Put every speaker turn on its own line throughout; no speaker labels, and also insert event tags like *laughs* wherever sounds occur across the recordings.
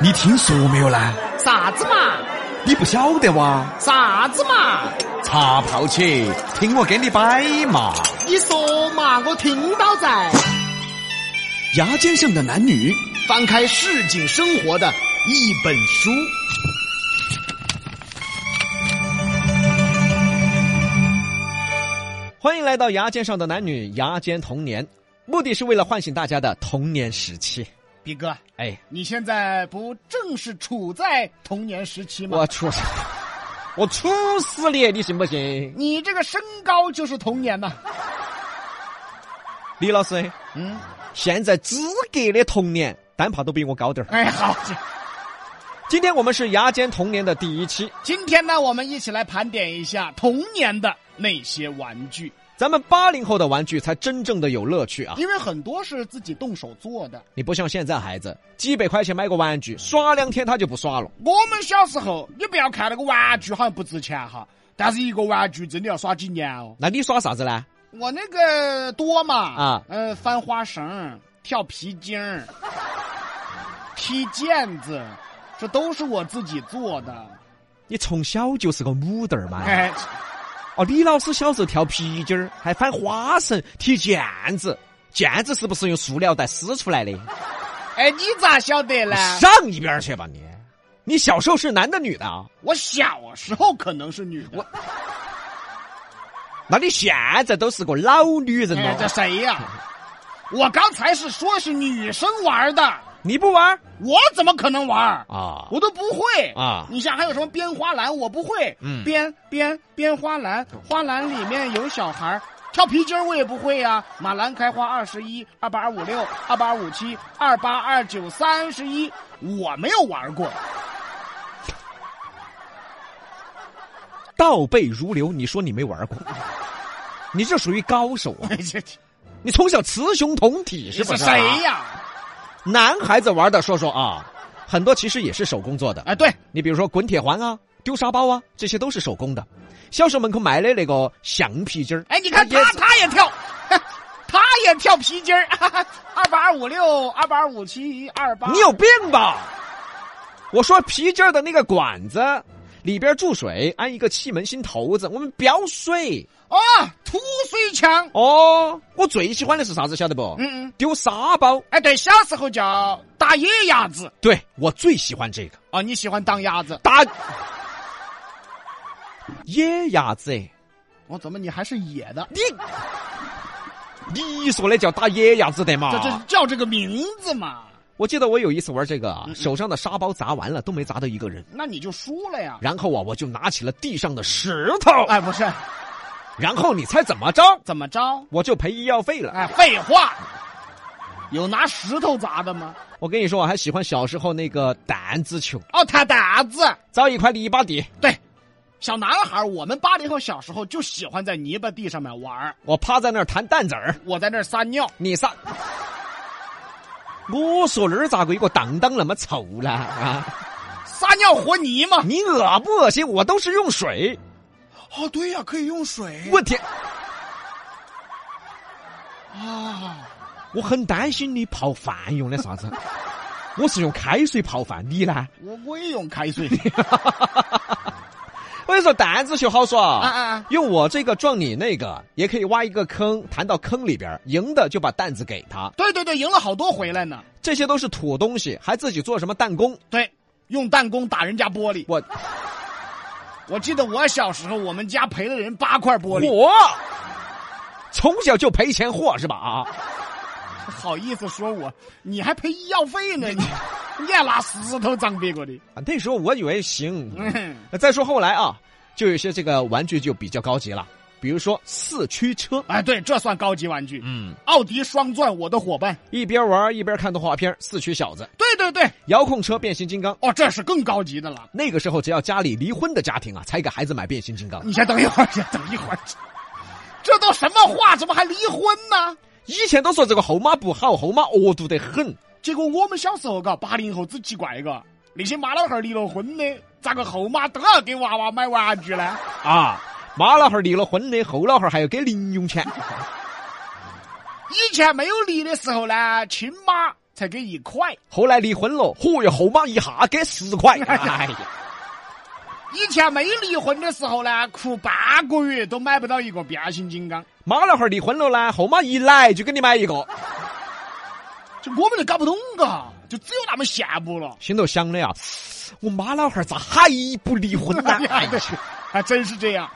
你听说没有呢？
啥子嘛？
你不晓得哇？
啥子嘛？
茶泡起，听我给你摆嘛。
你说嘛，我听到在。
牙尖上的男女，
翻开市井生活的一本书，
欢迎来到《牙尖上的男女》，牙尖童年，目的是为了唤醒大家的童年时期。
比哥，
哎，
你现在不正是处在童年时期吗
我？出，
*laughs*
我处死你，你信不信？
你这个身高就是童年呐、
李老师，
嗯，
现在资格的童年单怕都比我高点儿。
哎，好，这
今天我们是牙尖童年的第一期，
今天呢，我们一起来盘点一下童年的那些玩具，
咱们八零后的玩具才真正的有乐趣啊！
因为很多是自己动手做的。
你不像现在孩子，几百块钱买个玩具，耍两天他就不耍了。
我们小时候，你不要看那个玩具好像不值钱哈，但是一个玩具真的要耍几年哦。
那你耍啥子呢？
我那个多嘛
啊
呃，翻花绳、跳皮
*laughs*
筋儿、踢毽子，这都是我自己做
啊
的。
你从小就是个母蛋儿嘛！
哎，
哦，李老师小时候跳皮筋儿，还翻花绳、踢毽子，毽子是不是用塑料袋撕出来的？
哎，你咋晓得呢？
上一边儿去吧你！你小时候是男的女的啊？
我小时候可能是女的，
那你现在都是个老女人
哎，这
了，
谁
*laughs*
呀、我刚才是说是女生玩的，
你不玩儿
我怎么可能玩儿？
啊？
我都不会
啊
你像还有什么编花篮，我不会。
嗯
编编编花篮，花篮里面有小孩儿。跳皮筋儿我也不会呀、马兰开花二十一、二八二五六、二八二五七、二八二九三十一，我没有玩过。 *laughs*
倒背如流，你说你没玩过？你这属于高手啊！
*laughs* 哎这这
你从小雌雄同体是不是、啊？
谁呀、
男孩子玩的，说说啊，很多其实也是手工做的。
哎，对，
你比如说滚铁环啊、丢沙包啊，这些都是手工的。小时候门口卖的那个橡皮筋儿，
哎，你看
也
他
是
他也跳， *laughs* 他也跳皮筋儿， *laughs* 二八二五六、二八二五七、二八。
你有病吧？我说皮筋儿的那个管子里边注水，安一个气门芯头子，我们标水。
啊？土水枪。
哦，我最喜欢的是啥子，晓得不？
嗯嗯。
丢沙包。
哎，对，小时候叫打野鸭子
对我最喜欢这个
哦，你喜欢当鸭子？
打 *laughs* 野鸭子，
我、怎么你还是野的？
你你说的叫打野鸭子的嘛？
这这叫这个名字嘛？
我记得我有一次玩这个啊，
嗯
手上的沙包砸完了都没砸到一个人，
那你就输了呀！
然后啊，我就拿起了地上的石头，
哎，不是，
然后你猜怎么着？
怎么着？
我就赔医药费了。
哎，废话，有拿石头砸的吗？
我跟你说，我还喜欢小时候那个掸子球，
哦，他打子。
找一块泥巴地，
对，小男孩，我们八零后小时候就喜欢在泥巴地上面玩儿
我趴在那儿弹弹子儿，
我在那儿撒尿，
你啥？我说那儿咋个有个荡荡那么臭呢？啊，
撒尿和泥嘛。
你恶不恶心？我都是用水。
嗯哦，对呀、可以用水
我天，
啊，
我很担心你泡饭用的啥子。我是用开水泡饭，你呢？
我我也用开 *laughs* 水。
我跟你说，弹子球好爽。
啊啊啊
用我这个撞你那个，也可以挖一个坑，弹到坑里边儿，赢的就把担子给他。
对对对，赢了好多回来呢。
这些都是土东西，还自己做什么弹弓？
对，用弹弓打人家玻璃。
我
我记得我小时候，我们家赔了人八块玻璃，
我从小就赔钱货是吧？啊，
好意思说我，你还赔医药费呢？你你还拿石头砸别个的？
那时候我以为行。
嗯，
再说后来啊，就有一些这个玩具就比较高级了，比如说四驱车。
哎，对，这算高级玩具。
嗯，
奥迪双钻，我的伙伴。
一边玩一边看动画片，《四驱小子》、
对对对，
遥控车、变形金刚。
哦，这是更高级的了。
那个时候，只要家里离婚的家庭啊，才给孩子买变形金刚。
你先等一会儿，先等一会儿。这都什么话？怎么还离婚呢？
以前都说这个后妈不好，后妈恶毒得很。
结果我们小时候，嘎，八零后只奇怪个，那些妈老汉儿离了婚的，咋个后妈都要给娃娃买玩具呢？
啊，妈老汉儿离了婚的，后老汉儿还要给零用钱。
以前没有离的时候呢，亲妈才给一块，
后来离婚了，嚯哟，后妈一下给十块，哎呀，
以前没离婚的时候呢，哭八个月都买不到一个变形金刚，
妈那会儿离婚了呢，后妈一来就给你买一个，
就我们就搞不懂嘎，就只有那么羡慕了。
心头想的呀，我妈老汉儿咋还不离婚呢？哎呀
还真是这样，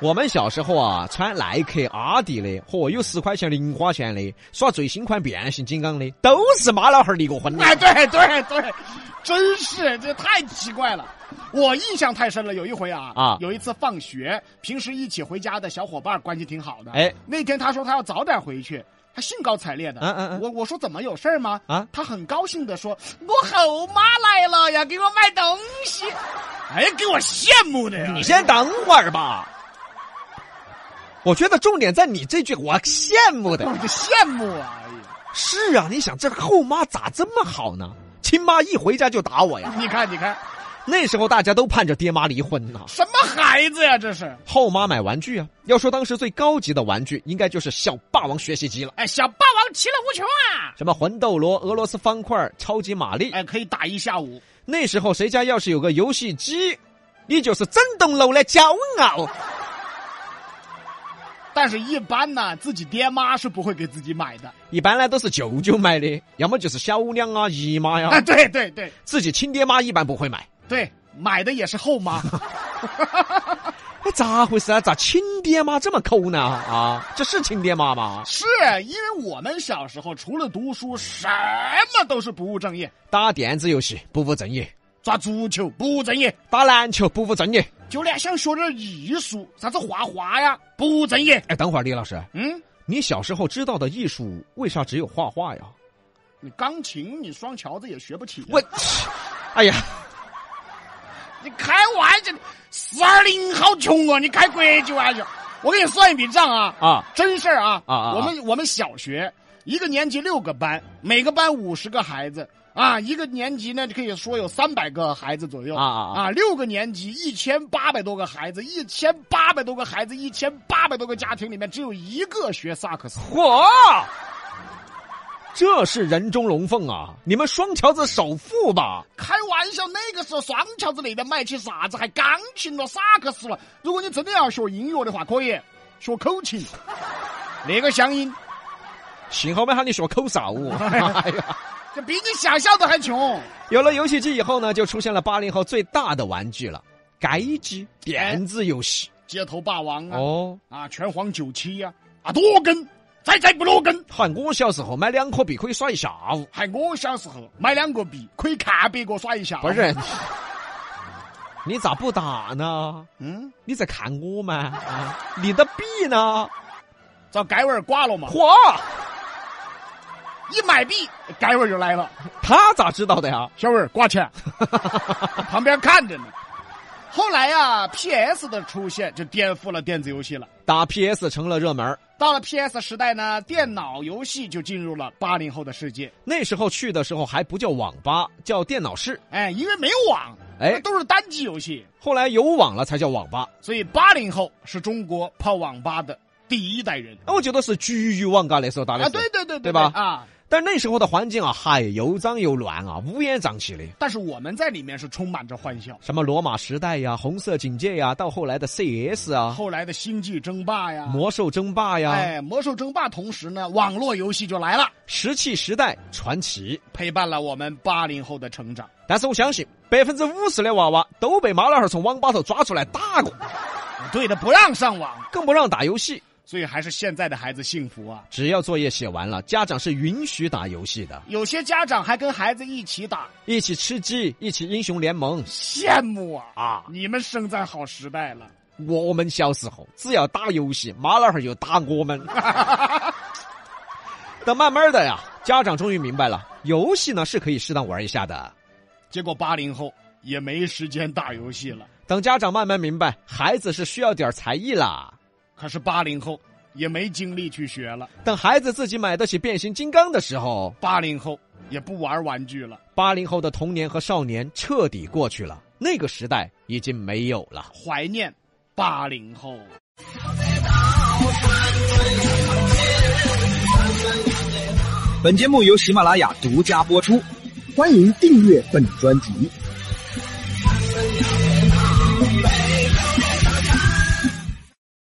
我们小时候啊，穿耐克、阿迪的，嚯，有十块钱零花钱的，耍最新款变形金刚的，都是妈老汉儿离过婚的。
哎，对对对，真是这太奇怪了。我印象太深了，有一回啊
啊
有一次放学，平时一起回家的小伙伴关系挺好的。
哎，
那天他说他要早点回去，他兴高采烈的。
嗯嗯嗯
我我说怎么有事儿吗？
啊
他很高兴的说：“我后妈来了，要给我买东西。”哎，给我羡慕的呀！
你先等会儿吧。我觉得重点在你这句，我羡慕的
我就羡慕啊！哎呀。
是啊，你想这后妈咋这么好呢？亲妈一回家就打我呀！
你看，你看，
那时候大家都盼着爹妈离婚呐、
什么孩子呀？这是，
后妈买玩具啊，要说当时最高级的玩具，应该就是小霸王学习机了，
哎，小霸王其乐无穷啊！
什么魂斗罗、俄罗斯方块、超级玛丽。
哎，可以打一下午。
那时候谁家要是有个游戏机，你就是整栋楼的骄傲。
但是，一般呢，自己爹妈是不会给自己买的。
一般呢都是舅舅买的，要么就是小两啊、姨妈呀、
啊， *laughs* 对对对
自己亲爹妈一般不会买。
对，买的也是后妈。
哎，咋回事啊？咋亲爹妈这么抠呢？啊，这是亲爹妈吗？
是因为我们小时候除了读书，什么都是不务正业，
打电子游戏不务正业，
抓足球不务正业，
打篮球不务正业。
就连想学点艺术，啥子画画呀，不务正业。
哎，等会儿李老师，
嗯，
你小时候知道的艺术为啥只有画画呀？
你钢琴，你双桥子也学不起、
我，哎呀，
你开玩笑，四二零好穷啊！你开国际玩笑，我给你算一笔账啊
啊，
真事儿啊
啊啊啊
我们我们小学一个年级六个班，每个班五十个孩子啊，一个年级呢就可以说有三百个孩子左右
啊啊啊
六个年级一千八百多个孩子，一千八百多个孩子，一千八百多个家庭里面只有一个学萨克斯，
嚯！这是人中龙凤啊！你们双桥子首富吧？
开玩笑，那个时候双桥子那边买起啥子，还钢琴了、萨克斯了。如果你真的要学音乐的话，可以学口琴，那个乡音，
幸好没喊你学口哨。 *laughs* 哎呀，
这比你想象的还穷。
有了游戏机以后呢，就出现了八零后最大的玩具了——街机电子游戏。
街头霸王啊，
哦，
啊，拳皇九七呀、啊，啊，多根，再再不落根。
喊我小时候买两颗币可以耍一下午，
还我小时候买两个币，可以看别个耍一下。啊
不，是？你咋不打呢？
嗯，
你在看我吗？啊，你的币呢？
遭盖文儿刮了嘛，
嚯，
一买币，盖文儿就来了。
他咋知道的呀？
小文挂钱， *laughs* 旁边看着呢。后来呀、PS 的出现就颠覆了电子游戏了。
打 PS 成了热门儿
到了 PS 时代呢，电脑游戏就进入了八零后的世界。
那时候去的时候还不叫网吧，叫电脑室。
哎，因为没网，
哎
都是单机游戏，
后来有网了才叫网吧。
所以八零后是中国泡网吧的第一代人
那我觉得是局域网嘎，那时候打的
啊！
是。
对对对
对吧
啊！
但那时候的环境啊，嗨，又脏又乱啊，乌烟瘴气的。
但是我们在里面是充满着欢笑。
什么罗马时代呀、红色警戒呀，到后来的 CS 啊、
后来的星际争霸呀，
魔兽争霸呀、
哎，魔兽争霸，同时呢，网络游戏就来了，
石器时代、传奇。
陪伴了我们八零后的成长。
但是我相信，百分之五十的娃娃都被妈老汉儿从网吧头抓出来打过，
对的，不让上网。
更不让打游戏。
所以还是现在的孩子幸福啊！
只要作业写完了，家长是允许打游戏的，
有些家长还跟孩子一起打，
一起吃鸡，一起英雄联盟
羡慕啊！
啊。
你们生在好时代了，
我们小时候只要打游戏，妈老汉儿就打我们。 *laughs* 等慢慢的呀，家长终于明白了，游戏呢是可以适当玩一下的。
结果八零后也没时间打游戏了，
等家长慢慢明白，孩子是需要点才艺啦。
可是八零后也没精力去学了，
等孩子自己买得起变形金刚的时候，
八零后也不玩玩具了，
八零后的童年和少年彻底过去了，那个时代已经没有了。
怀念八零后。
本节目由喜马拉雅独家播出，欢迎订阅本专辑。